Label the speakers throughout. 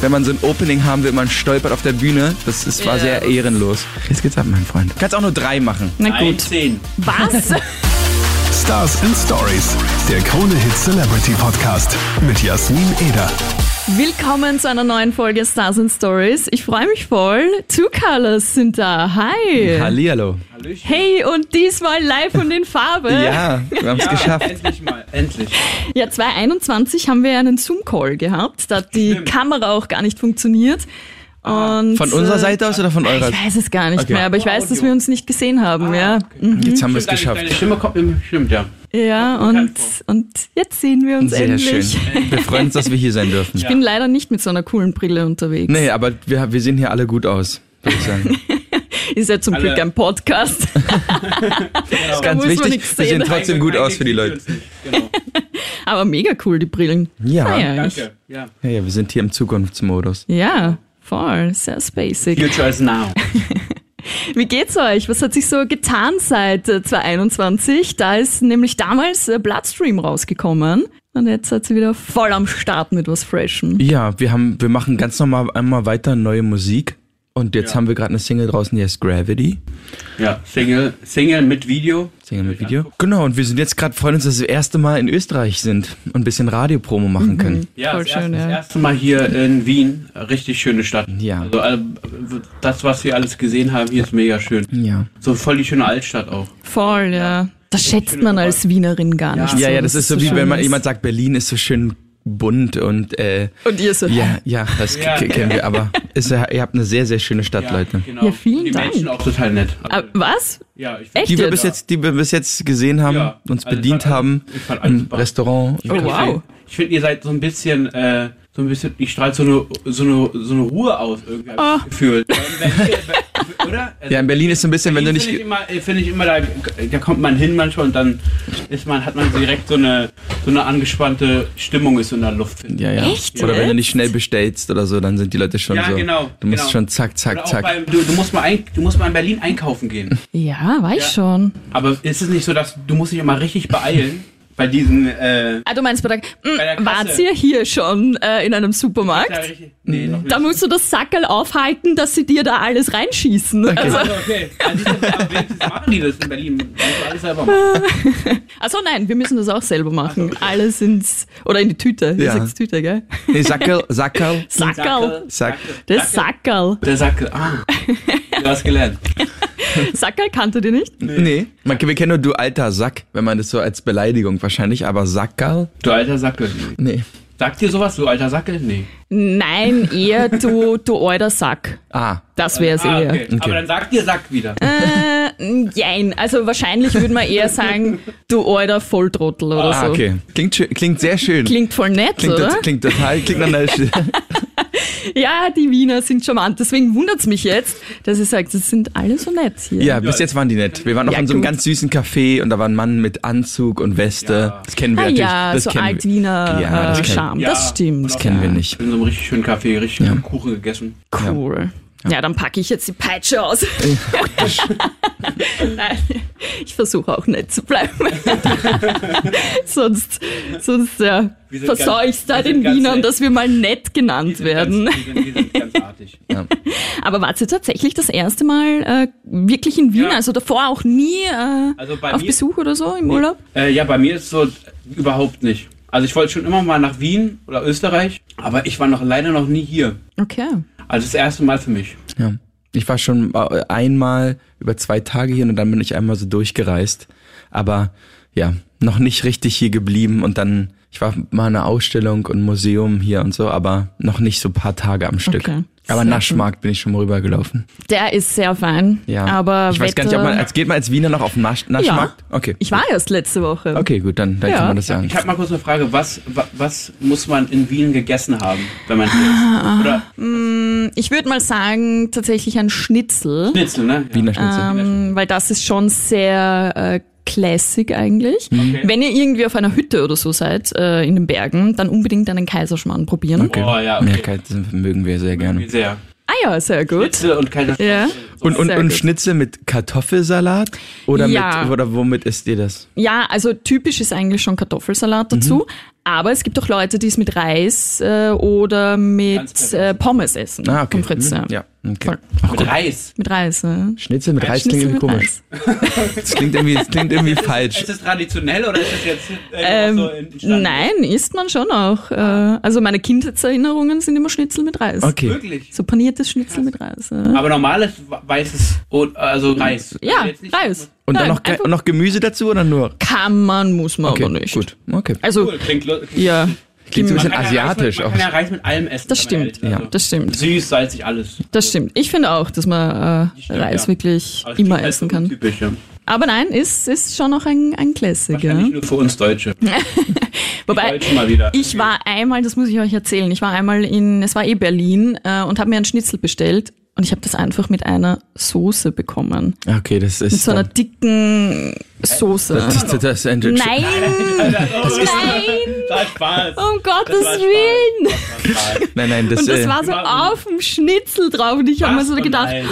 Speaker 1: wenn man so ein Opening haben will, man stolpert auf der Bühne. Das ist, war
Speaker 2: Ja.
Speaker 1: sehr ehrenlos. Jetzt geht's ab, mein Freund. Du kannst auch nur drei machen.
Speaker 3: Na gut.
Speaker 2: 10.
Speaker 3: Was?
Speaker 4: Stars and Stories, der Krone Hit Celebrity Podcast mit Jasmin Eder.
Speaker 3: Willkommen zu einer neuen Folge Stars and Stories. Ich freue mich voll. Two Colors sind da. Hi.
Speaker 1: Hallihallo.
Speaker 3: Hey, und diesmal live und in Farbe.
Speaker 1: Ja, wir haben es geschafft.
Speaker 2: Endlich mal, endlich.
Speaker 3: Ja, 2021 haben wir einen Zoom-Call gehabt. Da hat die
Speaker 2: Stimmt.
Speaker 3: Kamera auch gar nicht funktioniert. Und
Speaker 1: Ah. Von unserer
Speaker 3: äh,
Speaker 1: Seite aus oder von eurer?
Speaker 3: Ich weiß es gar nicht
Speaker 1: Okay. Ah,
Speaker 3: mehr, aber ich
Speaker 2: Nur
Speaker 3: weiß, dass
Speaker 2: Audio.
Speaker 3: wir uns nicht gesehen haben. ja. Mhm.
Speaker 1: Jetzt haben wir es
Speaker 2: Deine, deine
Speaker 1: geschafft.
Speaker 2: Stimme kommt im, stimmt, ja.
Speaker 3: ja,
Speaker 2: Kommt mir
Speaker 3: und,
Speaker 2: bekannt
Speaker 3: und jetzt sehen wir uns
Speaker 1: Sehr schön.
Speaker 3: endlich.
Speaker 1: Wir freuen uns, dass wir hier sein dürfen.
Speaker 3: Ich bin leider nicht mit so einer coolen Brille unterwegs.
Speaker 1: Nee, aber wir, wir sehen hier alle gut aus, würde ich sagen.
Speaker 3: Ist ja zum
Speaker 2: Alle-
Speaker 3: Glück ein Podcast.
Speaker 1: Das ist ganz
Speaker 3: muss man
Speaker 1: wichtig.
Speaker 3: nichts
Speaker 1: Wir
Speaker 3: sehen.
Speaker 1: sehen trotzdem gut aus für die Leute.
Speaker 2: Genau.
Speaker 3: Aber mega cool, die Brillen.
Speaker 1: Ja.
Speaker 3: Naja, ich,
Speaker 2: Danke. Ja.
Speaker 1: Ja, ja, wir sind hier im Zukunftsmodus.
Speaker 3: Ah, ja, voll. Sehr spacig.
Speaker 2: Future is now.
Speaker 3: Wie geht's euch? Was hat sich so getan seit äh, 2021? Da ist nämlich damals äh, Bloodstream rausgekommen. Und jetzt hat sie wieder voll am Start mit was Freshem.
Speaker 1: Ja, wir haben, wir machen ganz normal einmal weiter neue Musik. Und jetzt
Speaker 2: Ja.
Speaker 1: haben wir gerade eine Single draußen, die heißt Gravity.
Speaker 2: Ja, Single, Single mit Video.
Speaker 1: Single mit Video. Genau, und wir sind jetzt gerade freuen uns, dass wir das erste Mal in Österreich sind und ein bisschen Radiopromo machen
Speaker 2: Mhm.
Speaker 1: können.
Speaker 2: Ja,
Speaker 3: Voll
Speaker 2: das,
Speaker 3: schön,
Speaker 2: erste,
Speaker 3: ja.
Speaker 2: das erste Mal hier in Wien. Richtig schöne Stadt.
Speaker 1: Ja.
Speaker 2: Also, äh, das, was wir alles gesehen haben, hier ist mega schön.
Speaker 1: Ja.
Speaker 2: So voll die schöne Altstadt auch.
Speaker 3: Voll, ja. Das schätzt man
Speaker 2: Überraschung.
Speaker 3: als Wienerin gar nicht.
Speaker 1: Ja,
Speaker 3: so,
Speaker 1: ja, das
Speaker 3: dass
Speaker 1: ist so
Speaker 3: es
Speaker 1: wie
Speaker 3: schön
Speaker 1: wenn man
Speaker 3: ist.
Speaker 1: jemand sagt, Berlin ist so schön bunt und äh,
Speaker 3: Und ihr so.
Speaker 1: ja, ja, das
Speaker 2: Ja.
Speaker 1: k- kennen wir, aber ist, ja- ihr habt eine sehr, sehr schöne Stadt, Leute.
Speaker 2: genau.
Speaker 3: Ja, vielen
Speaker 2: die
Speaker 3: Dank.
Speaker 2: Die Menschen auch total nett. Also,
Speaker 3: Ah, was?
Speaker 2: ja, ich
Speaker 3: echt
Speaker 1: Die wir
Speaker 3: jetzt?
Speaker 1: bis jetzt, die wir bis jetzt gesehen haben,
Speaker 2: Ja.
Speaker 1: uns
Speaker 2: Also,
Speaker 1: bedient
Speaker 2: ich fand-
Speaker 1: haben
Speaker 2: ich fand alles
Speaker 1: im
Speaker 2: super.
Speaker 1: Restaurant.
Speaker 3: Oh, wow.
Speaker 2: Ich finde, ihr seid so ein bisschen, äh, so ein bisschen, ich strahlt so eine, so eine, so eine Ruhe aus irgendwie, hab ich das Gefühl. Wenn- wenn- Oder? Also,
Speaker 1: Ja, in Berlin ist so ein bisschen, wenn du nicht.
Speaker 2: Finde ich immer, äh, finde ich immer da, da kommt man hin manchmal und dann ist man, hat man direkt so eine, so eine angespannte Stimmung ist so in der Luft. finde ich.
Speaker 1: Ja, ja.
Speaker 3: Echt
Speaker 1: Oder wenn du
Speaker 3: jetzt?
Speaker 1: nicht schnell bestellst oder so, dann sind die Leute schon
Speaker 2: Ja,
Speaker 1: so.
Speaker 2: genau,
Speaker 1: Du musst
Speaker 2: genau.
Speaker 1: schon zack,
Speaker 2: Oder
Speaker 1: zack,
Speaker 2: auch
Speaker 1: zack.
Speaker 2: Beim, du, du, musst mal ein, du musst mal in Berlin einkaufen gehen.
Speaker 3: Ja, war ich
Speaker 2: Ja.
Speaker 3: schon.
Speaker 2: Aber ist es nicht so, dass du musst dich immer richtig beeilen bei diesen, äh,
Speaker 3: Ah, du meinst bei der, mh,
Speaker 2: der Kasse.
Speaker 3: wart ihr hier schon äh, in einem
Speaker 2: da
Speaker 3: Supermarkt?
Speaker 2: richtig- nee, noch nicht.
Speaker 3: Da musst du das Sackel aufhalten, dass sie dir da alles reinschießen. Also,
Speaker 2: Also, okay. Also, aber wenigstens machen die das in Berlin. Muss man alles selber machen.
Speaker 3: also nein, wir müssen das auch selber machen. Alles ins oder in die Tüte. Ja.
Speaker 1: Ja.
Speaker 3: sagst Tüte, gell?
Speaker 1: Nee, Sackerl, Sackerl.
Speaker 3: Sackerl.
Speaker 1: Sack.
Speaker 3: Das Sackerl.
Speaker 2: Der Sackel. Ah. Du hast gelernt.
Speaker 3: Sackerl kannte die nicht?
Speaker 1: Nee. Man, wir kennen nur du alter Sack, wenn man das so als Beleidigung wahrscheinlich, aber Sackerl?
Speaker 2: Du alter Sackel.
Speaker 1: Nee.
Speaker 2: Sagt dir sowas, du alter Sackel? Nee.
Speaker 3: Nein, eher du, du alter Sack.
Speaker 1: Ah.
Speaker 3: Das wäre es
Speaker 2: Ah,
Speaker 3: eher.
Speaker 2: okay. Aber dann sagt dir Sack wieder.
Speaker 3: Jein, also wahrscheinlich würde man eher sagen, du alter Volltrottel oder
Speaker 1: Ah,
Speaker 3: so.
Speaker 1: okay. Klingt, schön, klingt sehr schön.
Speaker 3: Klingt voll nett,
Speaker 1: Klingt,
Speaker 3: oder?
Speaker 1: tot- klingt total, klingt an der Stelle.
Speaker 3: Ja, die Wiener sind charmant. Deswegen wundert's mich jetzt, dass ihr sagt, das sind alle so nett hier.
Speaker 1: Ja, bis jetzt waren die nett. Wir waren noch
Speaker 3: Ja,
Speaker 1: in so einem
Speaker 3: gut.
Speaker 1: ganz süßen Café und da war ein Mann mit Anzug und Weste.
Speaker 2: Ja.
Speaker 1: Das kennen wir
Speaker 3: Ah
Speaker 1: natürlich.
Speaker 3: ja,
Speaker 1: das
Speaker 3: so
Speaker 1: kennen wir.
Speaker 3: Alt-Wiener
Speaker 1: Ja, das
Speaker 3: äh,
Speaker 1: kennen-
Speaker 3: Charme.
Speaker 2: Ja,
Speaker 3: das stimmt.
Speaker 2: das
Speaker 1: Kennen wir
Speaker 3: ja.
Speaker 1: nicht.
Speaker 2: In so einem richtig schönen Kaffee, richtig schönen Kuchen gegessen.
Speaker 3: Cool. Ja, dann packe ich jetzt die Peitsche aus. Nein, ich versuche auch nett zu bleiben. sonst sonst ja,
Speaker 2: Wir sind
Speaker 3: versäue
Speaker 2: ganz-
Speaker 3: ich da
Speaker 2: wir
Speaker 3: den
Speaker 2: sind ganz
Speaker 3: Wienern,
Speaker 2: nett.
Speaker 3: dass wir mal nett genannt werden.
Speaker 2: Ganz, die, sind, die sind ganz artig.
Speaker 3: Aber wart ihr tatsächlich das erste Mal äh, wirklich in Wien?
Speaker 2: Ja.
Speaker 3: Also davor auch nie äh,
Speaker 2: Also bei
Speaker 3: auf
Speaker 2: mir-
Speaker 3: Besuch oder so im Urlaub?
Speaker 2: Äh, ja, bei mir ist so überhaupt nicht. Also ich wollte schon immer mal nach Wien oder Österreich, aber ich war noch leider noch nie hier.
Speaker 3: Okay.
Speaker 2: Also das erste Mal für mich.
Speaker 1: Ja. Ich war schon äh, einmal über zwei Tage hier und dann bin ich einmal so durchgereist. Aber ja, noch nicht richtig hier geblieben und dann, ich war mal in einer Ausstellung und Museum hier und so, aber noch nicht so ein paar Tage am Stück.
Speaker 3: Okay.
Speaker 1: Aber
Speaker 3: Sehr
Speaker 1: Naschmarkt bin ich schon mal rübergelaufen.
Speaker 3: Der ist sehr fein.
Speaker 1: Ja.
Speaker 3: Aber
Speaker 1: ich weiß gar nicht,
Speaker 3: Wetter-
Speaker 1: ob man, als geht man als Wiener noch auf den Nasch Naschmarkt? Okay.
Speaker 3: Ich war erst letzte Woche.
Speaker 1: okay, gut, dann, dann
Speaker 3: Ja.
Speaker 1: kann man das sagen.
Speaker 2: Ich habe mal kurz eine Frage, was, wa- was muss man in Wien gegessen haben, wenn man
Speaker 3: Ah.
Speaker 2: hier ist? Oder
Speaker 3: Ich würde mal sagen, tatsächlich ein Schnitzel,
Speaker 2: Schnitzel, ne? Ja.
Speaker 1: Wiener Schnitzel.
Speaker 3: ähm, weil das ist schon sehr äh, classic eigentlich.
Speaker 1: Mhm.
Speaker 3: Wenn ihr irgendwie auf einer Hütte oder so seid, äh, in den Bergen, dann unbedingt einen Kaiserschmarrn probieren.
Speaker 1: Okay.
Speaker 2: Oh, ja, okay.
Speaker 1: Mehrheit mögen wir sehr gerne.
Speaker 2: Sehr.
Speaker 3: Ah ja, sehr gut.
Speaker 2: Schnitzel und keine
Speaker 3: Ja.
Speaker 1: Und, und,
Speaker 3: Sehr
Speaker 1: und
Speaker 3: gut.
Speaker 1: Schnitzel mit Kartoffelsalat? Oder,
Speaker 3: Ja.
Speaker 1: mit, oder womit isst ihr das? Mhm.
Speaker 3: Ja, also typisch ist eigentlich schon Kartoffelsalat dazu. Aber es gibt auch Leute, die es mit Reis äh, oder
Speaker 2: Ganz
Speaker 3: mit
Speaker 2: perfekt.
Speaker 3: äh, Pommes essen.
Speaker 1: Ah, okay.
Speaker 3: Pommes frites,
Speaker 1: Mhm.
Speaker 3: ja.
Speaker 1: Ja, okay.
Speaker 3: Voll.
Speaker 2: Mit Reis.
Speaker 3: Mit Reis, ja.
Speaker 1: Schnitzel mit Reis klingt
Speaker 3: Schnitzel
Speaker 1: irgendwie
Speaker 3: mit
Speaker 1: komisch.
Speaker 3: Reis.
Speaker 1: Das klingt irgendwie, das klingt irgendwie falsch.
Speaker 2: Ist es traditionell oder ist es jetzt irgendwo
Speaker 3: Ähm,
Speaker 2: so in- entstanden?
Speaker 3: nein, isst man schon auch. Äh, also meine Kindheitserinnerungen sind immer Schnitzel mit Reis.
Speaker 1: Okay.
Speaker 2: Wirklich?
Speaker 3: So paniertes Schnitzel mit Reis.
Speaker 1: äh.
Speaker 3: Ja,
Speaker 2: Aber normales weißes, Brot, also Reis.
Speaker 3: ja
Speaker 2: Jetzt nicht-
Speaker 3: Reis.
Speaker 1: Und dann
Speaker 3: Nein,
Speaker 1: noch, Ge-
Speaker 3: einfach
Speaker 1: und noch Gemüse dazu oder nur?
Speaker 3: kann man, muss man
Speaker 1: Okay,
Speaker 3: aber nicht.
Speaker 1: gut. Okay.
Speaker 3: Also,
Speaker 2: Cool, klingt, lo- klingt
Speaker 3: ja,
Speaker 1: Klingt so ein
Speaker 2: Man
Speaker 1: bisschen
Speaker 2: kann ja
Speaker 1: asiatisch
Speaker 2: Reis mit,
Speaker 1: auch.
Speaker 2: man kann ja Reis mit allem essen.
Speaker 3: das
Speaker 2: wenn
Speaker 3: stimmt.
Speaker 2: man ehrlich ist. Also
Speaker 3: Ja, das stimmt.
Speaker 2: Süß, salzig, alles.
Speaker 3: Das stimmt. Ich finde auch, dass man äh,
Speaker 2: Stimmt,
Speaker 3: Reis
Speaker 2: ja.
Speaker 3: wirklich
Speaker 2: Aber es
Speaker 3: immer
Speaker 2: klingt halt
Speaker 3: essen
Speaker 2: so
Speaker 3: kann.
Speaker 2: Typisch, ja.
Speaker 3: Aber nein, ist, ist schon noch ein, ein Classic. Ja.
Speaker 2: Wahrscheinlich nur für uns Deutsche.
Speaker 3: Wobei,
Speaker 2: Deutschen mal wieder.
Speaker 3: ich war einmal, das muss ich euch erzählen, ich war einmal in, es war eh Berlin äh, und habe mir einen Schnitzel bestellt und ich habe das einfach mit einer Soße bekommen.
Speaker 1: Okay, das
Speaker 3: Mit
Speaker 1: ist.
Speaker 3: so einer
Speaker 1: Dann,
Speaker 3: dicken Soße.
Speaker 1: das ist, das ist ein-
Speaker 3: nein, nein,
Speaker 2: Das war Oh Spaß.
Speaker 3: um Gottes
Speaker 2: war Spaß.
Speaker 3: Willen.
Speaker 1: nein, nein, das,
Speaker 3: Und das
Speaker 1: äh,
Speaker 3: war so
Speaker 2: Warum?
Speaker 3: auf dem Schnitzel drauf und ich habe mir so gedacht,
Speaker 2: Nein.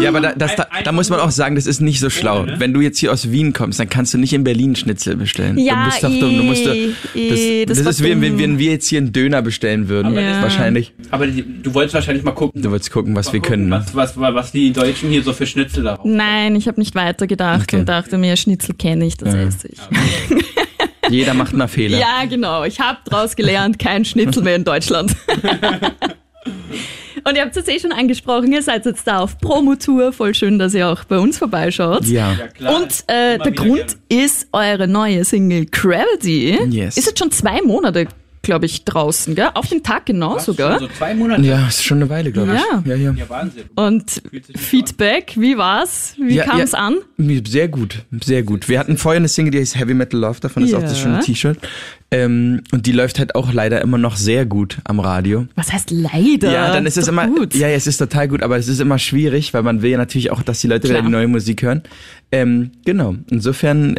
Speaker 1: Ja, aber da, das, da,
Speaker 2: Ein-
Speaker 1: da muss man auch sagen, das ist nicht so schlau.
Speaker 2: ne?
Speaker 1: Wenn du jetzt hier aus Wien kommst, dann kannst du nicht in Berlin Schnitzel bestellen.
Speaker 3: Ja,
Speaker 1: du bist doch dumm. Du musst, doch-
Speaker 3: eh,
Speaker 1: das
Speaker 3: das war
Speaker 1: das ist, wie, wenn,
Speaker 3: dumm.
Speaker 1: wenn wir jetzt hier einen Döner bestellen würden,
Speaker 3: Aber das-
Speaker 1: wahrscheinlich.
Speaker 2: Aber die, du wolltest wahrscheinlich mal gucken,
Speaker 1: Du willst gucken, was wir
Speaker 2: gucken,
Speaker 1: können. ne?
Speaker 2: Was, was, was, was die Deutschen hier so für Schnitzel darauf.
Speaker 3: nein, ich habe nicht weitergedacht
Speaker 1: Okay.
Speaker 3: und dachte mir, Schnitzel kenne ich, das
Speaker 1: Ja.
Speaker 3: esse ich.
Speaker 1: Jeder macht mal Fehler.
Speaker 3: Ja, genau. Ich habe daraus gelernt, kein Schnitzel mehr in Deutschland. Und ihr habt es eh schon angesprochen, ihr seid jetzt da auf Promotour. Voll schön, dass ihr auch bei uns vorbeischaut.
Speaker 1: Ja.
Speaker 2: Ja, klar.
Speaker 3: Und äh,
Speaker 2: Immer
Speaker 3: der
Speaker 2: wieder
Speaker 3: Grund ist eure neue Single Gravity.
Speaker 1: Yes.
Speaker 3: Ist jetzt schon zwei Monate, glaube ich, draußen, gell? Auf den Tag genau
Speaker 2: Was,
Speaker 3: sogar.
Speaker 2: schon So zwei Monate.
Speaker 1: Ja, ist schon eine Weile, glaube ich.
Speaker 3: Ja.
Speaker 1: ja. ja.
Speaker 2: Ja, Wahnsinn.
Speaker 3: Und
Speaker 2: Fühlt sich
Speaker 3: Feedback, wie war's? Wie
Speaker 1: Ja,
Speaker 3: kam's kam es
Speaker 1: ja.
Speaker 3: an?
Speaker 1: Sehr gut, sehr gut. Wir hatten vorher eine Single, die heißt Heavy Metal Love, davon ist auch das
Speaker 3: Ja.
Speaker 1: schöne T-Shirt. Ähm, und die läuft halt auch leider immer noch sehr gut am Radio.
Speaker 3: Was heißt leider?
Speaker 1: Ja, dann ist es
Speaker 3: Doch
Speaker 1: immer.
Speaker 3: gut.
Speaker 1: Ja, ja, es ist total gut, aber es ist immer schwierig, weil man will ja natürlich auch, dass die Leute
Speaker 3: Klar.
Speaker 1: die neue Musik hören. Ähm, genau. Insofern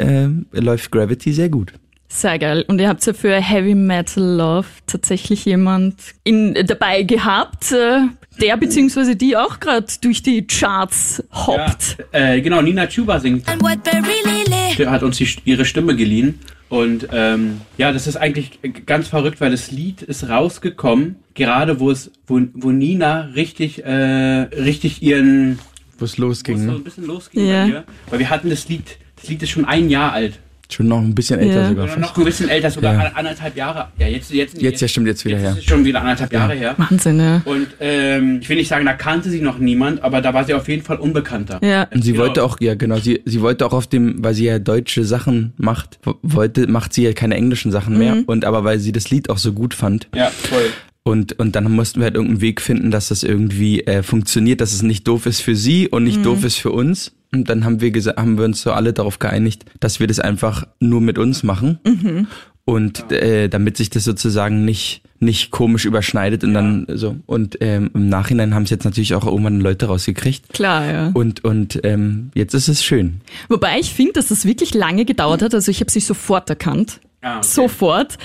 Speaker 1: äh, läuft Gravity sehr gut.
Speaker 3: Sehr geil. Und ihr habt ja für Heavy Metal Love tatsächlich jemand in, dabei gehabt, äh, der beziehungsweise die auch gerade durch die Charts
Speaker 2: Ja.
Speaker 3: hoppt.
Speaker 2: Äh, genau, Nina Chuba singt.
Speaker 5: and Woodbury Lily.
Speaker 2: Die hat uns die, ihre Stimme geliehen. Und ähm, ja, das ist eigentlich ganz verrückt, weil das Lied ist rausgekommen, gerade wo es, wo, wo Nina richtig, äh, richtig ihren
Speaker 1: Wo es
Speaker 2: wo es
Speaker 1: losging, ne?
Speaker 2: so ein bisschen losging
Speaker 3: Ja.
Speaker 2: bei ihr. Weil wir hatten das Lied, das Lied ist schon ein Jahr alt.
Speaker 1: Schon noch ein bisschen älter
Speaker 3: Ja.
Speaker 1: sogar
Speaker 2: Oder
Speaker 1: fast.
Speaker 2: noch ein bisschen älter, sogar
Speaker 1: Ja.
Speaker 2: an- anderthalb Jahre. Ja, jetzt, jetzt,
Speaker 1: Jetzt, ja, stimmt, jetzt wieder,
Speaker 2: jetzt
Speaker 1: ja.
Speaker 2: ist es schon wieder anderthalb Jahre her.
Speaker 3: Wahnsinn, ja.
Speaker 2: Und ähm, ich will nicht sagen, da kannte sie noch niemand, aber da war sie auf jeden Fall unbekannter.
Speaker 3: Ja.
Speaker 1: Und sie
Speaker 2: Genau.
Speaker 1: wollte auch, ja genau, sie, sie wollte auch auf dem, weil sie ja deutsche Sachen macht, wo- wollte, macht sie ja keine englischen Sachen mehr. Und aber weil sie das Lied auch so gut fand,
Speaker 2: Ja, voll.
Speaker 1: Und, und dann mussten wir halt irgendeinen Weg finden, dass das irgendwie äh, funktioniert, dass es nicht doof ist für sie und nicht doof ist für uns. Und dann haben wir gesa- haben wir uns so alle darauf geeinigt, dass wir das einfach nur mit uns machen. Und äh, damit sich das sozusagen nicht, nicht komisch überschneidet und dann so. Und ähm, im Nachhinein haben es jetzt natürlich auch irgendwann Leute rausgekriegt.
Speaker 3: Klar, ja.
Speaker 1: Und, und ähm, jetzt ist es schön.
Speaker 3: Wobei ich finde, dass das wirklich lange gedauert hat. Also ich habe sie sofort erkannt.
Speaker 2: Ah, okay.
Speaker 3: Sofort.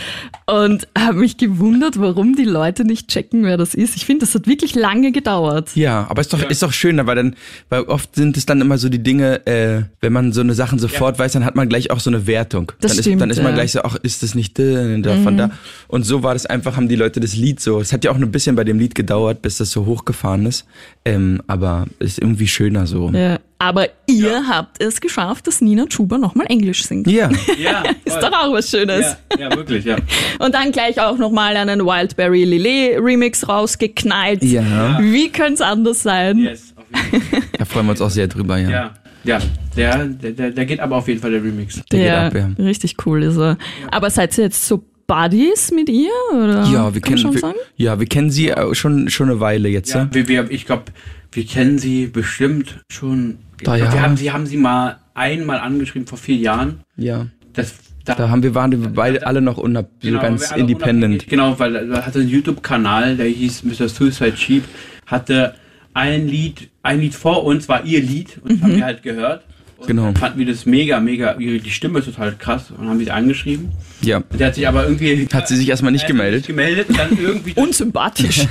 Speaker 3: Und habe mich gewundert, warum die Leute nicht checken, wer das ist. Ich finde, das hat wirklich lange gedauert.
Speaker 1: Ja, aber ist doch, ist doch schöner, weil dann, weil oft sind es dann immer so die Dinge, äh, wenn man so eine Sachen sofort weiß, dann hat man gleich auch so eine Wertung.
Speaker 3: Das
Speaker 1: dann
Speaker 3: stimmt,
Speaker 1: ist, dann ist man
Speaker 3: ja. Mhm.
Speaker 1: gleich so, ach, ist das nicht äh, da, von da? Und so war das einfach, haben die Leute das Lied so. Es hat ja auch ein bisschen bei dem Lied gedauert, bis das so hochgefahren ist. Ähm, aber ist irgendwie schöner so.
Speaker 3: Ja. Aber ihr habt es geschafft, dass Nina Chuba nochmal Englisch singt.
Speaker 1: Ja,
Speaker 2: Ja,
Speaker 3: Ist
Speaker 2: voll.
Speaker 3: doch auch was Schönes.
Speaker 2: ja, ja, wirklich, ja.
Speaker 3: Und dann gleich auch nochmal einen Wildberry Lillet Remix rausgeknallt.
Speaker 1: ja.
Speaker 3: Wie könnte es anders sein?
Speaker 2: Yes, auf jeden Fall.
Speaker 1: Da freuen wir uns auch sehr drüber, ja.
Speaker 2: Ja, ja. Der, der, der, der geht aber auf jeden Fall der Remix.
Speaker 1: Der
Speaker 3: Ja,
Speaker 1: geht ab,
Speaker 3: Richtig cool ist er. Aber seid ihr jetzt so Buddies mit ihr? Oder?
Speaker 1: ja. Ja, wir
Speaker 3: Kann man
Speaker 1: kennen,
Speaker 3: schon
Speaker 1: wir,
Speaker 3: sagen?
Speaker 1: ja, wir kennen sie äh, schon, schon eine Weile jetzt. ne?
Speaker 2: Ja,
Speaker 1: Ja.
Speaker 2: wir, wir, ich glaube, wir kennen sie bestimmt schon. Ich
Speaker 1: Drei
Speaker 2: glaub,
Speaker 1: Jahre.
Speaker 2: Wir haben, sie haben sie mal einmal angeschrieben vor vier Jahren.
Speaker 1: ja.
Speaker 2: Das, da,
Speaker 1: Da haben wir, waren wir beide alle noch unab, so
Speaker 2: genau,
Speaker 1: ganz
Speaker 2: weil wir alle
Speaker 1: independent.
Speaker 2: unabhängig- Genau, weil er hatte einen YouTube-Kanal, der hieß Mr. Suicide Sheep, hatte ein Lied, ein Lied vor uns war ihr Lied und das haben wir halt gehört. Und
Speaker 1: Mhm. Genau.
Speaker 2: dann Fanden wir das mega, mega, ihre- die Stimme ist total krass und haben sie angeschrieben.
Speaker 1: Ja.
Speaker 2: Der hat sich aber irgendwie.
Speaker 1: Hat sie sich erstmal nicht
Speaker 2: Äh,
Speaker 1: gemeldet?
Speaker 2: gemeldet und dann irgendwie
Speaker 3: Unsympathisch.
Speaker 2: ja,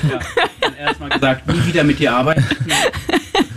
Speaker 2: dann erstmal gesagt, nie wieder mit dir arbeiten.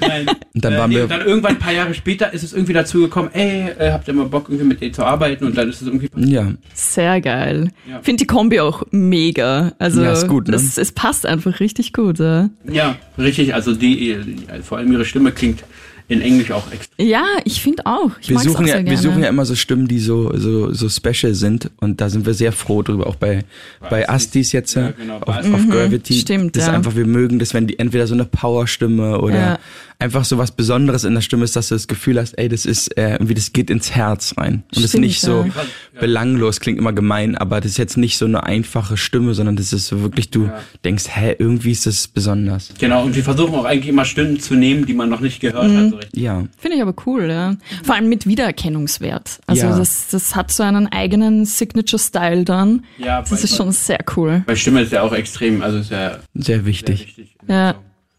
Speaker 2: Nein.
Speaker 1: Und dann
Speaker 2: Äh,
Speaker 1: waren
Speaker 2: nee,
Speaker 1: wir-
Speaker 2: und dann irgendwann ein paar Jahre später ist es irgendwie dazu gekommen, ey, äh, habt ihr mal Bock, irgendwie mit ihr zu arbeiten? Und dann ist es irgendwie
Speaker 1: Ja,
Speaker 3: Sehr geil.
Speaker 2: Ja.
Speaker 3: Finde die Kombi auch mega. Also
Speaker 1: Ja, ist gut, ne?
Speaker 3: das, es passt einfach richtig gut. Ja,
Speaker 2: Ja, richtig. Also die, äh, vor allem ihre Stimme klingt in Englisch auch extrem.
Speaker 3: ja ich finde auch. Ich
Speaker 1: wir
Speaker 3: mag's
Speaker 1: suchen
Speaker 3: auch sehr
Speaker 1: ja,
Speaker 3: gerne.
Speaker 1: wir suchen ja immer so Stimmen, die so, so, so special sind und da sind wir sehr froh drüber, auch bei, bei Astis jetzt, ja,
Speaker 2: Ja, genau, bei
Speaker 1: auf,
Speaker 2: Astis.
Speaker 1: auf Gravity.
Speaker 3: Mhm, stimmt,
Speaker 1: das ist
Speaker 3: ja.
Speaker 1: einfach, wir mögen das, wenn die entweder so eine Powerstimme oder
Speaker 3: Ja.
Speaker 1: einfach so was Besonderes in der Stimme ist, dass du das Gefühl hast, ey, das ist äh, irgendwie, das geht ins Herz rein. Und das ist
Speaker 3: Stimmt,
Speaker 1: nicht so
Speaker 3: ja.
Speaker 1: belanglos, klingt immer gemein, aber das ist jetzt nicht so eine einfache Stimme, sondern das ist so wirklich, du denkst, hä, irgendwie ist das besonders.
Speaker 2: Genau, und wir versuchen auch eigentlich immer Stimmen zu nehmen, die man noch nicht gehört
Speaker 1: Mhm.
Speaker 2: hat. So richtig.
Speaker 1: Ja.
Speaker 3: Finde ich aber cool, ja. Vor allem mit Wiedererkennungswert. Also
Speaker 1: Ja.
Speaker 3: das, das hat so einen eigenen Signature-Style dann.
Speaker 2: Ja,
Speaker 3: das
Speaker 2: weil-
Speaker 3: ist schon sehr cool.
Speaker 2: Weil Stimme ist ja auch extrem, also ist ja
Speaker 1: Sehr
Speaker 2: sehr
Speaker 1: wichtig.
Speaker 2: wichtig.
Speaker 3: Ja,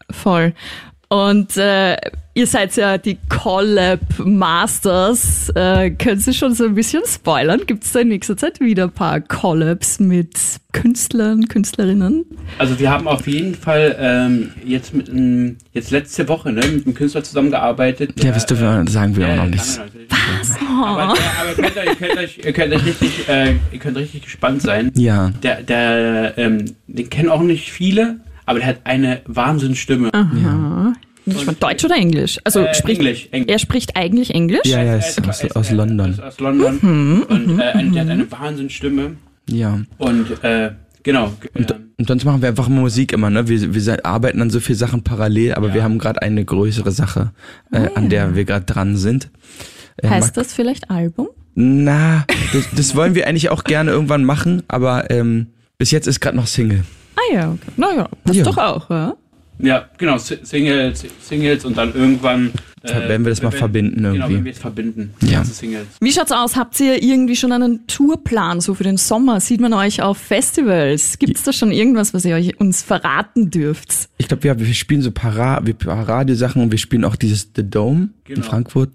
Speaker 3: voll. Und äh, ihr seid ja die Collab Masters. Äh, können Sie schon so ein bisschen spoilern? Gibt es da in nächster Zeit wieder ein paar Collabs mit Künstlern, Künstlerinnen?
Speaker 2: Also wir haben auf jeden Fall ähm, jetzt mit einem, jetzt letzte Woche ne, mit einem Künstler zusammengearbeitet. äh,
Speaker 1: Ja, das dürfen wir, sagen wir auch noch nichts.
Speaker 2: Was? Aber, der- aber könnt ihr, ihr könnt euch, ihr könnt euch richtig, äh, ihr könnt richtig gespannt sein.
Speaker 1: Ja.
Speaker 2: Der, der, ähm, den kennen auch nicht viele, aber der hat eine Wahnsinnsstimme.
Speaker 3: Aha. Ich mein, Deutsch oder Englisch? Also
Speaker 2: Äh,
Speaker 3: spricht
Speaker 2: Englisch, Englisch.
Speaker 3: er spricht eigentlich Englisch? Hm.
Speaker 1: Ja, ja,
Speaker 2: Er
Speaker 1: ist
Speaker 2: er
Speaker 1: aus,
Speaker 2: er
Speaker 1: aus
Speaker 2: er
Speaker 1: London. Hm. Mhm.
Speaker 2: Ist aus London. und äh, ein- der hat eine Wahnsinnsstimme.
Speaker 1: Ja.
Speaker 2: Und äh, genau. ähm,
Speaker 1: Und sonst machen wir einfach Musik immer, ne? Wir, wir se- arbeiten an so viel Sachen parallel, aber wir haben gerade eine größere Sache, äh, an
Speaker 2: Ah.
Speaker 1: der wir gerade dran sind. Äh,
Speaker 3: Heißt
Speaker 1: Marc-
Speaker 3: das vielleicht Album?
Speaker 1: Na, das, das wollen wir eigentlich auch gerne irgendwann machen, aber ähm, bis jetzt ist gerade noch Single.
Speaker 3: Ah ja, okay. Naja, das
Speaker 1: Ja.
Speaker 3: doch auch, ja?
Speaker 2: ja, genau. Si- Singles, Singles und dann irgendwann. Äh,
Speaker 1: Werden wir das mal verbinden
Speaker 2: Genau,
Speaker 1: irgendwie.
Speaker 2: wenn wir es verbinden. Die
Speaker 1: Ja.
Speaker 2: ganzen Singles.
Speaker 3: Wie schaut's aus? Habt ihr irgendwie schon einen Tourplan so für den Sommer? Sieht man euch auf Festivals? Gibt's da schon irgendwas, was ihr euch uns verraten dürft?
Speaker 1: Ich glaube, wir, wir spielen so Para, wir Paradiosachen und wir spielen auch dieses The Dome in
Speaker 2: Genau.
Speaker 1: Frankfurt.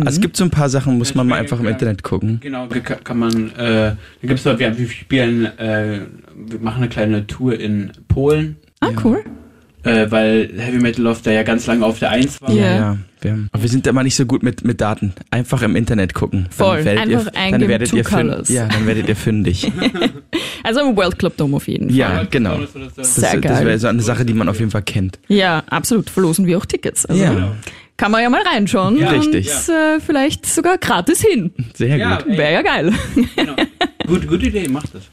Speaker 1: Also es gibt so ein paar Sachen, muss man mal einfach im Internet gucken.
Speaker 2: Genau, ge- ka- kann man. Äh, da gibt's noch, wir, wir spielen, äh, wir machen eine kleine Tour in Polen,
Speaker 3: Ah, cool.
Speaker 2: äh, weil Heavy Metal Love da ja ganz lange auf der Eins war.
Speaker 3: Ja.
Speaker 1: Ja, ja. Wir, haben, aber wir sind immer nicht so gut mit, mit Daten. Einfach im Internet gucken. Dann
Speaker 3: Voll.
Speaker 1: werdet
Speaker 3: Einfach
Speaker 1: ihr,
Speaker 3: eingeben,
Speaker 1: dann werdet
Speaker 3: Two
Speaker 1: ihr
Speaker 3: Colours.
Speaker 1: fündig. Ja, dann werdet ihr fündig.
Speaker 3: Also im World Club Dome auf jeden Fall.
Speaker 1: ja, genau.
Speaker 2: Das, das, das,
Speaker 3: Sehr
Speaker 1: das,
Speaker 3: geil.
Speaker 1: Das wäre so eine Sache, die man auf jeden Fall kennt.
Speaker 3: Ja, absolut. Verlosen wir auch Tickets. Also
Speaker 1: Ja,
Speaker 2: Genau.
Speaker 3: kann man ja mal reinschauen.
Speaker 1: Ja. Richtig.
Speaker 3: Und äh, vielleicht sogar gratis hin.
Speaker 1: sehr
Speaker 2: Ja,
Speaker 1: gut.
Speaker 2: ey,
Speaker 3: Wäre ja geil.
Speaker 2: genau. Gut, gute Idee, macht das.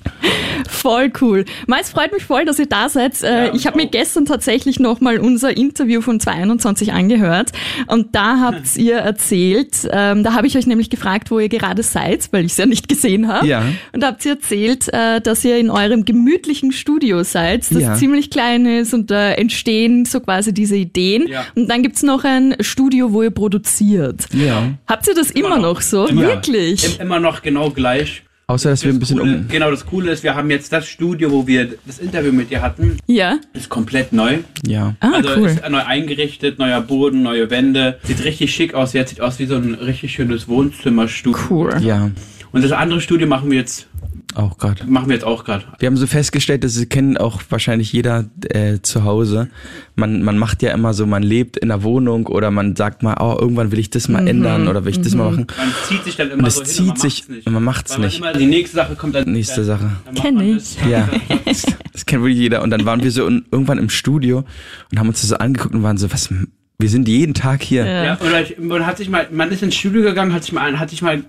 Speaker 3: Voll cool. Mal, es freut mich voll, dass ihr da seid. Äh,
Speaker 2: Ja,
Speaker 3: ich habe
Speaker 2: mich
Speaker 3: mir
Speaker 2: auch.
Speaker 3: gestern tatsächlich nochmal unser Interview von 2021 angehört und da habt ihr erzählt, ähm, da habe ich euch nämlich gefragt, wo ihr gerade seid, weil ich es ja nicht gesehen habe.
Speaker 1: Ja.
Speaker 3: Und da habt ihr erzählt, äh, dass ihr in eurem gemütlichen Studio seid, das
Speaker 1: Ja.
Speaker 3: ziemlich klein ist und da entstehen so quasi diese Ideen.
Speaker 2: Ja.
Speaker 3: Und dann gibt's noch ein Studio, wo ihr produziert.
Speaker 1: Ja.
Speaker 3: Habt ihr das immer,
Speaker 2: noch.
Speaker 3: noch so?
Speaker 2: Immer.
Speaker 3: Wirklich?
Speaker 2: Im- Immer noch genau gleich.
Speaker 1: Außer, dass wir ein bisschen
Speaker 2: Coole,
Speaker 1: um.
Speaker 2: Genau, das Coole ist, wir haben jetzt das Studio, wo wir das Interview mit dir hatten,
Speaker 3: Ja.
Speaker 2: ist komplett neu.
Speaker 1: Ja.
Speaker 3: Ah,
Speaker 2: also
Speaker 3: cool.
Speaker 2: ist neu eingerichtet, neuer Boden, neue Wände. Sieht richtig schick aus. Jetzt sieht aus wie so ein richtig schönes Wohnzimmerstudio.
Speaker 3: Cool.
Speaker 1: Ja.
Speaker 2: Und das andere Studio machen wir jetzt,
Speaker 1: Auch gerade.
Speaker 2: machen wir jetzt auch gerade.
Speaker 1: Wir haben so festgestellt, das kennen auch wahrscheinlich jeder äh, zu Hause. Man, man macht ja immer so, man lebt in der Wohnung oder man sagt mal, oh, irgendwann will ich das
Speaker 3: Mhm.
Speaker 1: mal ändern oder will ich das mal machen.
Speaker 2: Man zieht sich dann immer
Speaker 1: es
Speaker 2: so hin
Speaker 1: zieht
Speaker 2: und man
Speaker 1: sich-
Speaker 2: macht's nicht.
Speaker 1: man macht's
Speaker 2: Weil man
Speaker 1: nicht.
Speaker 2: Immer die nächste Sache kommt dann.
Speaker 1: Nächste
Speaker 2: dann,
Speaker 1: Sache.
Speaker 2: dann macht
Speaker 3: Kenn
Speaker 2: man
Speaker 3: ich.
Speaker 2: das.
Speaker 1: Ja, das, das kennt wirklich jeder. Und dann waren wir so in, irgendwann im Studio und haben uns das so angeguckt und waren so, was, wir sind jeden Tag hier.
Speaker 2: Ja, oder ich, man hat sich mal, man ist ins Studio gegangen, hat sich mal, hat sich mal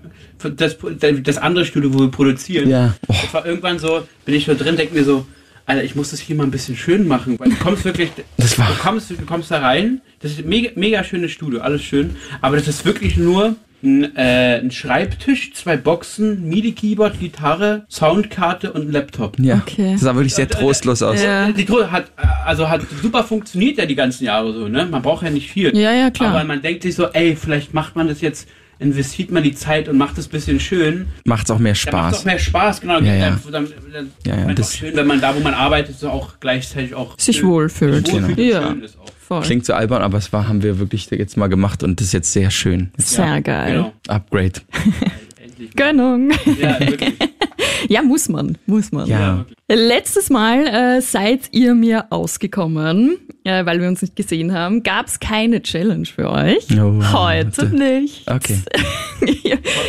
Speaker 2: das, das andere Studio, wo wir produzieren.
Speaker 1: Ja. Oh,
Speaker 2: Ich war irgendwann so, bin ich so drin, denke mir so, Alter, ich muss das hier mal ein bisschen schön machen, weil du kommst wirklich,
Speaker 1: Das war-
Speaker 2: du kommst, du kommst da rein, das ist ein mega, mega schönes Studio, alles schön, aber das ist wirklich nur ein, äh, ein Schreibtisch, zwei Boxen, MIDI-Keyboard, Gitarre, Soundkarte und ein Laptop.
Speaker 1: ja.
Speaker 3: Okay.
Speaker 1: Das sah wirklich sehr trostlos aus.
Speaker 3: Ja.
Speaker 2: Die Droh hat, äh, also hat super funktioniert ja die ganzen Jahre so, ne? Man braucht ja nicht viel.
Speaker 3: Ja, ja, klar.
Speaker 2: Aber man denkt sich so, ey, vielleicht macht man das jetzt, investiert man die Zeit und macht das bisschen schön.
Speaker 1: Macht's auch mehr
Speaker 2: Dann macht es auch
Speaker 1: Spaß.
Speaker 2: mehr Spaß, genau.
Speaker 1: Ja, ja.
Speaker 2: Dann, dann, dann,
Speaker 1: Ja, ja,
Speaker 2: dann
Speaker 1: das-
Speaker 2: ist auch schön, wenn man da, wo man arbeitet, so auch gleichzeitig auch
Speaker 3: Sich
Speaker 2: schön-
Speaker 3: wohlfühlt.
Speaker 2: sich wohlfühlt
Speaker 3: Genau.
Speaker 2: und
Speaker 3: Ja.
Speaker 2: schön ist auch.
Speaker 3: Voll.
Speaker 1: Klingt so albern, aber es war, haben wir wirklich jetzt mal gemacht und das ist jetzt sehr schön. Jetzt
Speaker 3: Sehr geil.
Speaker 2: Genau.
Speaker 1: Upgrade.
Speaker 2: Endlich mal.
Speaker 3: Gönnung.
Speaker 2: Ja, wirklich.
Speaker 3: Ja, muss man, muss man.
Speaker 1: Ja.
Speaker 3: Letztes Mal äh, seid ihr mir ausgekommen, äh, weil wir uns nicht gesehen haben. Gab es keine Challenge für euch?
Speaker 1: Oh,
Speaker 3: Heute
Speaker 1: warte.
Speaker 3: nicht.
Speaker 1: Okay.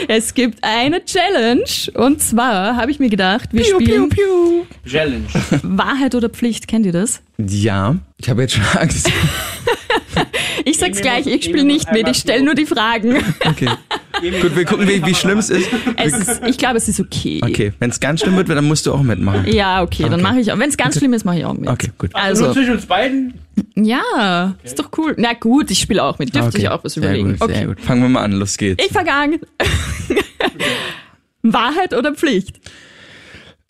Speaker 3: es gibt eine Challenge und zwar habe ich mir gedacht, wir spielen
Speaker 2: Challenge.
Speaker 3: Wahrheit oder Pflicht. Kennt ihr das?
Speaker 1: Ja, ich habe jetzt schon Angst.
Speaker 3: Ich sag's
Speaker 2: Emil
Speaker 3: gleich, ich
Speaker 2: muss- Emil
Speaker 3: spiele
Speaker 2: muss
Speaker 3: nicht mit,
Speaker 2: einmal
Speaker 3: ich stelle
Speaker 2: so.
Speaker 3: nur die Fragen.
Speaker 1: Okay. Gut, wir gucken, wie, wie schlimm es ist.
Speaker 3: Es ist, ich glaube, es ist okay.
Speaker 1: Okay, wenn es ganz schlimm wird, dann musst du auch mitmachen.
Speaker 3: Ja, okay, dann
Speaker 1: Okay.
Speaker 3: mache ich auch. Wenn es ganz schlimm ist, mache ich auch mit.
Speaker 1: Okay, gut.
Speaker 2: Also nur
Speaker 3: Also,
Speaker 2: zwischen uns beiden?
Speaker 3: ja, ist doch cool. Na gut, ich spiele auch mit. Dürfte
Speaker 1: okay.
Speaker 3: ich auch was
Speaker 1: Sehr
Speaker 3: überlegen.
Speaker 1: gut,
Speaker 3: okay.
Speaker 1: Sehr gut. Fangen wir mal an, los geht's.
Speaker 3: Ich fange an. Wahrheit oder Pflicht?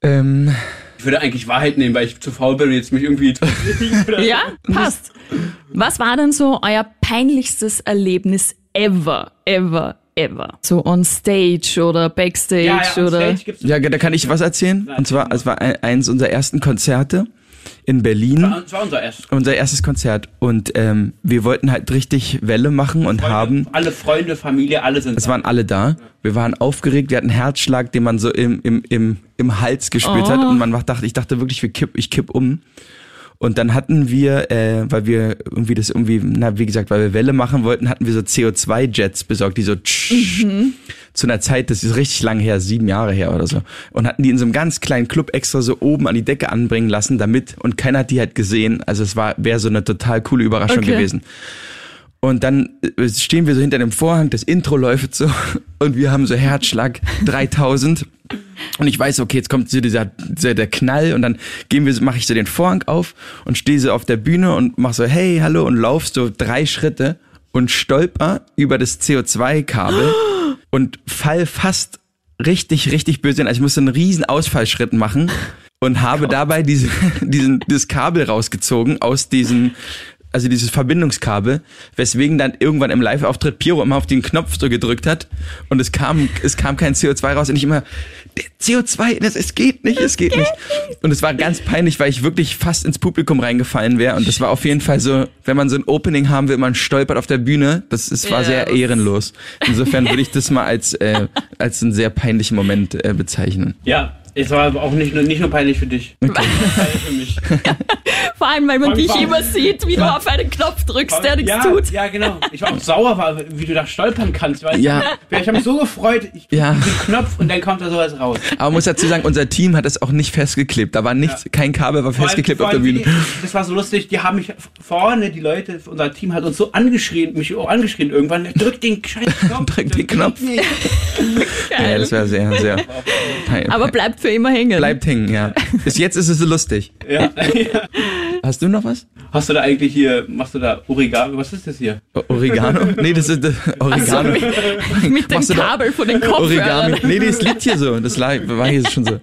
Speaker 1: Ähm,
Speaker 2: Ich würde eigentlich Wahrheit nehmen, weil ich zu faul bin und jetzt mich irgendwie.
Speaker 3: Ja, passt. Was war denn so euer peinlichstes Erlebnis ever, ever, ever? So on stage oder backstage
Speaker 2: on
Speaker 3: oder?
Speaker 2: Stage gibt's-
Speaker 1: ja, da kann ich was erzählen. Und zwar, es war ein- eins unserer ersten Konzerte in Berlin.
Speaker 2: Das war unser erstes.
Speaker 1: Unser erstes Konzert. Und ähm, wir wollten halt richtig Welle machen und haben.
Speaker 2: Alle Freunde, Familie, alle sind
Speaker 1: Es waren alle da. Wir waren aufgeregt, wir hatten einen Herzschlag, den man so im, im, im, im Hals gespürt hat. Und man war- dachte, ich dachte wirklich, wir kipp, ich kipp um. Und dann hatten wir, äh, weil wir irgendwie das irgendwie, na wie gesagt, weil wir Welle machen wollten, hatten wir so CO2-Jets besorgt, die so tsch, zu einer Zeit, das ist richtig lange her, sieben Jahre her oder so. Und hatten die in so einem ganz kleinen Club extra so oben an die Decke anbringen lassen, damit, und keiner hat die halt gesehen. Also es war, wäre so eine total coole Überraschung
Speaker 3: Okay.
Speaker 1: gewesen. Und dann äh, stehen wir so hinter dem Vorhang, das Intro läuft so und wir haben so Herzschlag 3000 und ich weiß, okay, jetzt kommt so dieser, dieser der Knall und dann gehen wir, mache ich so den Vorhang auf und stehe so auf der Bühne und mach so hey, hallo und lauf so drei Schritte und stolper über das CO2-Kabel und fall fast richtig, richtig böse hin. Also ich musste einen riesen Ausfallschritt machen und habe dabei diese, diesen, dieses Kabel rausgezogen aus diesen, also dieses Verbindungskabel, weswegen dann irgendwann im Live-Auftritt Piero immer auf den Knopf so gedrückt hat und es kam, es kam kein CO2 raus und ich immer, "Der CO2, das, es geht nicht, es geht, nicht. Und es war ganz peinlich, weil ich wirklich fast ins Publikum reingefallen wäre und das war auf jeden Fall so, wenn man so ein Opening haben will, man stolpert auf der Bühne, das ist, war
Speaker 3: Ja,
Speaker 1: sehr
Speaker 3: das-
Speaker 1: ehrenlos. Insofern würde ich das mal als, äh, als einen sehr peinlichen Moment äh, bezeichnen.
Speaker 2: Ja, es war aber auch nicht nur, nicht nur peinlich für dich. Peinlich für mich.
Speaker 3: Vor allem, weil man
Speaker 2: Vor allem-
Speaker 3: dich
Speaker 2: vor allem-
Speaker 3: immer sieht, wie du auf einen Knopf drückst, der nichts
Speaker 2: ja,
Speaker 3: tut.
Speaker 2: Ja, genau. Ich war auch sauer, weil- wie du da stolpern kannst. Weißt
Speaker 1: Ja.
Speaker 2: du? Ich habe mich so gefreut, ich
Speaker 1: Ja.
Speaker 2: ja. den Knopf und dann kommt da sowas raus.
Speaker 1: Aber man muss dazu sagen, unser Team hat es auch nicht festgeklebt. Da war nichts, kein Kabel war
Speaker 2: Vor allem-
Speaker 1: festgeklebt
Speaker 2: vor
Speaker 1: auf der
Speaker 2: allem
Speaker 1: Bühne.
Speaker 2: Die, das war so lustig, die haben mich vorne, die Leute, unser Team hat uns so angeschrien, mich auch angeschrien irgendwann, drück den scheiß Knopf.
Speaker 1: Drück
Speaker 2: das
Speaker 1: den
Speaker 2: geht
Speaker 1: Knopf.
Speaker 2: nicht.
Speaker 1: Ja, das war sehr, sehr. Nein,
Speaker 3: Aber bleibt für immer hängen.
Speaker 1: bleibt hängen, ja. Bis jetzt ist es so lustig.
Speaker 2: Ja.
Speaker 1: Hast du noch was?
Speaker 2: Hast du da eigentlich hier, machst du da Origami? Was ist das hier?
Speaker 1: O- Oregano? Nee, das ist äh,
Speaker 3: Also
Speaker 1: Oregano.
Speaker 3: mit, mit dem
Speaker 1: Machst du da
Speaker 3: Kabel von den Kopfhörern.
Speaker 1: Origami. Nee, nee, es liegt hier so. Das lag- war hier schon so.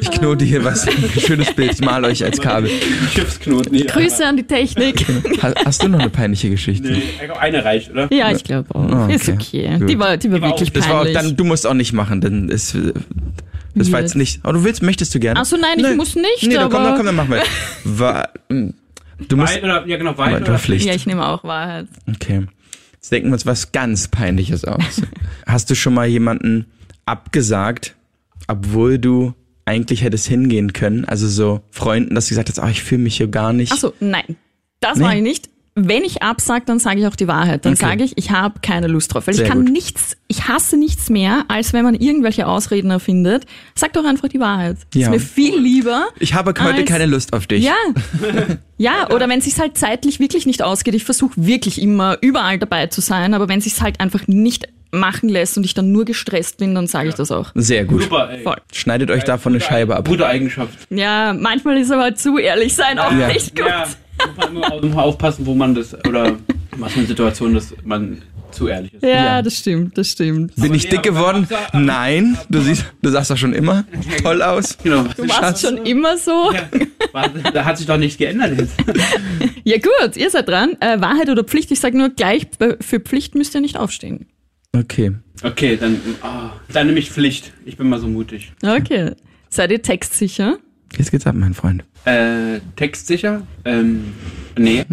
Speaker 1: Ich knote hier was. Schönes Bild. Ich mal euch als Kabel.
Speaker 2: Schiffsknoten hier.
Speaker 3: Grüße an die Technik.
Speaker 1: Ha- Hast du noch eine peinliche Geschichte?
Speaker 2: Nee, ich glaub, eine reicht, oder?
Speaker 3: Ja, ich glaube auch.
Speaker 1: Ah, okay.
Speaker 3: Ist okay.
Speaker 1: Gut.
Speaker 3: Die war, die war
Speaker 2: war
Speaker 3: wirklich
Speaker 2: auch-
Speaker 1: Das war auch
Speaker 3: peinlich.
Speaker 1: dann, du musst auch nicht machen, denn es, das war
Speaker 3: Weird.
Speaker 1: jetzt nicht. Aber du willst, möchtest du gerne?
Speaker 3: Ach so, nein, ich muss nicht,
Speaker 1: Nee, dann komm, dann
Speaker 3: aber-
Speaker 1: komm, dann mach mal. War, mm, du musst.
Speaker 2: Wein oder, ja genau,
Speaker 1: Aber
Speaker 2: Wein
Speaker 1: du
Speaker 2: oder
Speaker 1: Pflicht.
Speaker 3: ja, ich nehme auch Wahrheit.
Speaker 1: Okay. Jetzt denken wir uns was ganz Peinliches aus. Hast du schon mal jemanden abgesagt, obwohl du eigentlich hättest hingehen können? Also so Freunden, dass du gesagt hast, ah, ich fühle mich hier gar nicht.
Speaker 3: Achso, nein. Das
Speaker 1: Nee.
Speaker 3: mache ich nicht. Wenn ich absage, dann sage ich auch die Wahrheit. Dann
Speaker 1: Okay.
Speaker 3: sage ich, ich habe keine Lust drauf. Weil
Speaker 1: Sehr
Speaker 3: ich kann
Speaker 1: gut.
Speaker 3: nichts, ich hasse nichts mehr, als wenn man irgendwelche Ausreden erfindet. Sag doch einfach die Wahrheit.
Speaker 1: Ja.
Speaker 3: Ist mir viel lieber.
Speaker 1: Ich habe heute
Speaker 3: Als-
Speaker 1: keine Lust auf dich.
Speaker 3: Ja. Ja, oder wenn es sich halt zeitlich wirklich nicht ausgeht. Ich versuche wirklich immer überall dabei zu sein, aber wenn es sich halt einfach nicht machen lässt und ich dann nur gestresst bin, dann sage ich das auch.
Speaker 1: Sehr gut.
Speaker 2: Super, ey.
Speaker 3: Voll.
Speaker 1: Schneidet euch davon eine Scheibe ab.
Speaker 2: Gute Eigenschaft.
Speaker 3: Ja, manchmal ist aber zu ehrlich sein auch
Speaker 1: Ja.
Speaker 3: nicht gut.
Speaker 2: Ja, muss man immer, immer aufpassen, wo man das, oder was für eine Situation, dass man zu ehrlich ist.
Speaker 3: Ja, das stimmt, das stimmt.
Speaker 1: Bin ich
Speaker 2: nee,
Speaker 1: dick
Speaker 2: aber-
Speaker 1: geworden? Nein. Du siehst, du sahst doch schon immer toll aus.
Speaker 2: Genau.
Speaker 3: Du warst schon immer so. Ja,
Speaker 2: Warte, Da hat sich doch nichts geändert jetzt.
Speaker 3: gut, ihr seid dran. Äh, Wahrheit oder Pflicht? Ich sage nur gleich, be- für Pflicht müsst ihr nicht aufstehen.
Speaker 1: Okay.
Speaker 2: Okay, dann, ah, dann nehme ich Pflicht. Ich bin mal so mutig.
Speaker 3: Okay. Seid ihr textsicher?
Speaker 1: Jetzt geht's ab, mein Freund.
Speaker 2: Äh, textsicher? Ähm, nee.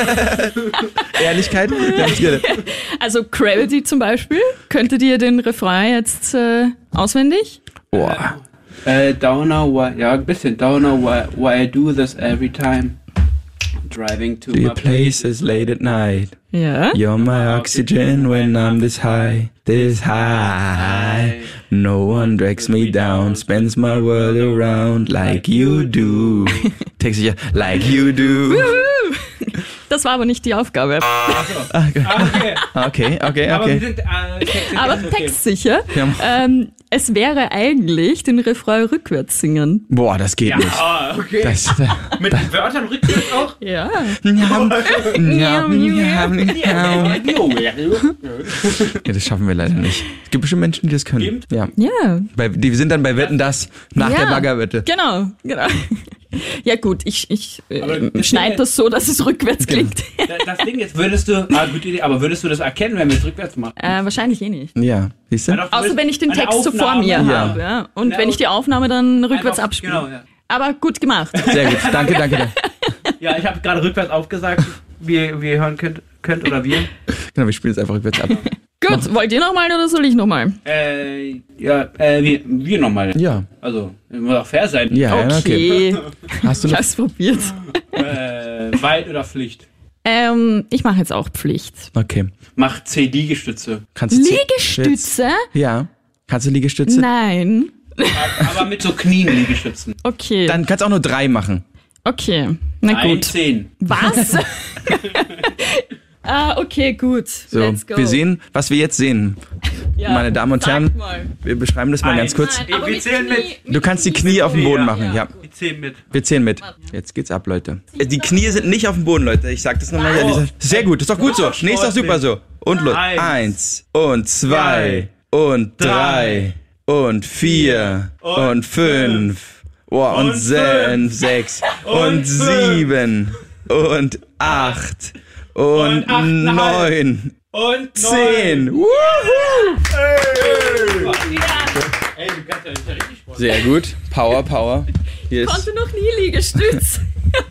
Speaker 1: Ehrlichkeit?
Speaker 3: Also Gravity zum Beispiel. Könntet ihr den Refrain jetzt äh, auswendig?
Speaker 1: Boah.
Speaker 2: Äh, don't know why, ja, ein bisschen. Don't know why, why I do this every time. Driving to
Speaker 1: Do
Speaker 2: my
Speaker 1: your
Speaker 2: place.
Speaker 1: places late at night.
Speaker 3: Ja.
Speaker 1: You're my oxygen when I'm this high, this high. No one drags me down, spins my world around like you do. Text ich ja, like you do.
Speaker 3: Das war aber nicht die Aufgabe.
Speaker 2: Okay.
Speaker 1: Ah, Okay, okay,
Speaker 2: Aber, wir
Speaker 1: okay.
Speaker 2: sind, äh, Text-
Speaker 3: Aber
Speaker 2: okay.
Speaker 3: textsicher.
Speaker 1: Ja.
Speaker 3: Ähm, es wäre eigentlich den Refrain rückwärts singen.
Speaker 1: Boah, das geht
Speaker 2: Ja,
Speaker 1: nicht.
Speaker 2: ah, okay.
Speaker 1: Das,
Speaker 2: Mit den Wörtern rückwärts auch.
Speaker 3: Ja.
Speaker 1: ja, das schaffen wir leider nicht. Es gibt bestimmt Menschen, die das können.
Speaker 2: Stimmt.
Speaker 1: Ja.
Speaker 3: Ja.
Speaker 1: Bei, die sind dann bei Wetten das nach
Speaker 3: ja.
Speaker 1: der Baggerwette.
Speaker 3: Genau, genau. Ja gut, ich, ich
Speaker 2: Aber
Speaker 3: äh,
Speaker 2: das
Speaker 3: schneide
Speaker 2: Ding-
Speaker 3: das so, dass es rückwärts
Speaker 1: Genau.
Speaker 3: klingt.
Speaker 2: Da- Das Ding ist, würdest du, ah, gute Idee, aber würdest du das erkennen, wenn wir es rückwärts machen?
Speaker 3: Äh, wahrscheinlich eh nicht.
Speaker 1: Ja, siehst
Speaker 2: Ja,
Speaker 1: du?
Speaker 2: doch, du
Speaker 3: Außer
Speaker 2: willst
Speaker 3: wenn ich den
Speaker 2: eine
Speaker 3: Text so vor
Speaker 2: Aufnahme
Speaker 3: mir
Speaker 2: haben.
Speaker 3: habe. Ja. Und
Speaker 2: Ja,
Speaker 3: wenn ich die Aufnahme dann rückwärts
Speaker 2: Einfach-
Speaker 3: abspiele.
Speaker 2: Genau, ja.
Speaker 3: Aber gut gemacht.
Speaker 1: Sehr gut. Danke, danke, danke.
Speaker 2: ja, ich habe gerade rückwärts aufgesagt, wie, ihr- wie ihr hören könnt, könnt oder wir.
Speaker 1: Genau, wir spielen es einfach rückwärts ab.
Speaker 3: gut, wollt ihr nochmal oder soll ich nochmal?
Speaker 2: Äh, ja, äh, wir, wir nochmal.
Speaker 1: Ja.
Speaker 2: Also, muss auch fair sein.
Speaker 1: Ja, ja, okay.
Speaker 3: Okay,
Speaker 1: Hast du
Speaker 3: ich
Speaker 1: noch?
Speaker 3: hab's probiert.
Speaker 2: Äh, Wald oder Pflicht?
Speaker 3: Ähm, ich mache jetzt auch Pflicht.
Speaker 1: Okay.
Speaker 2: Mach CD-Gestütze.
Speaker 1: Kannst du zehn-
Speaker 3: Liegestütze?
Speaker 1: Ja. Kannst du Liegestütze?
Speaker 3: Nein.
Speaker 2: Aber mit so Knien Liegestützen.
Speaker 3: Okay.
Speaker 1: Dann kannst du auch nur drei machen.
Speaker 3: okay. Na
Speaker 2: Ein
Speaker 3: gut.
Speaker 2: Zehn.
Speaker 3: Was? ah, okay, gut.
Speaker 1: So,
Speaker 3: Let's go.
Speaker 1: wir sehen, was wir jetzt sehen. meine Damen und
Speaker 3: sag
Speaker 1: Herren,
Speaker 3: mal.
Speaker 1: Wir beschreiben das mal
Speaker 2: Nein.
Speaker 1: ganz kurz.
Speaker 3: Nein,
Speaker 2: Ey,
Speaker 3: aber
Speaker 2: wir
Speaker 3: mit
Speaker 2: zählen
Speaker 3: Knie-
Speaker 2: mit.
Speaker 1: Du kannst die Knie auf den Boden machen, ja.
Speaker 2: Die Zehn mit.
Speaker 1: Wir zählen mit. Jetzt geht's ab, Leute. Die Knie sind nicht auf dem Boden, Leute. Ich sag das nochmal. hier an dieser- Sehr gut, ist doch gut so. Nee, ist doch super so. Und los.
Speaker 2: Eins.
Speaker 1: Eins und zwei und drei und vier und fünf oh, und
Speaker 2: und
Speaker 1: sen- sechs und
Speaker 2: und fünf.
Speaker 1: sieben und acht und
Speaker 2: Und achteinhalb.
Speaker 1: neun,
Speaker 2: Und
Speaker 1: zehn. Woohoo!
Speaker 2: Ey, du kannst ja nicht richtig Sport.
Speaker 1: Sehr gut. Power, Power. Hier
Speaker 3: Ich
Speaker 1: ist
Speaker 3: konnte noch nie Liegestütz.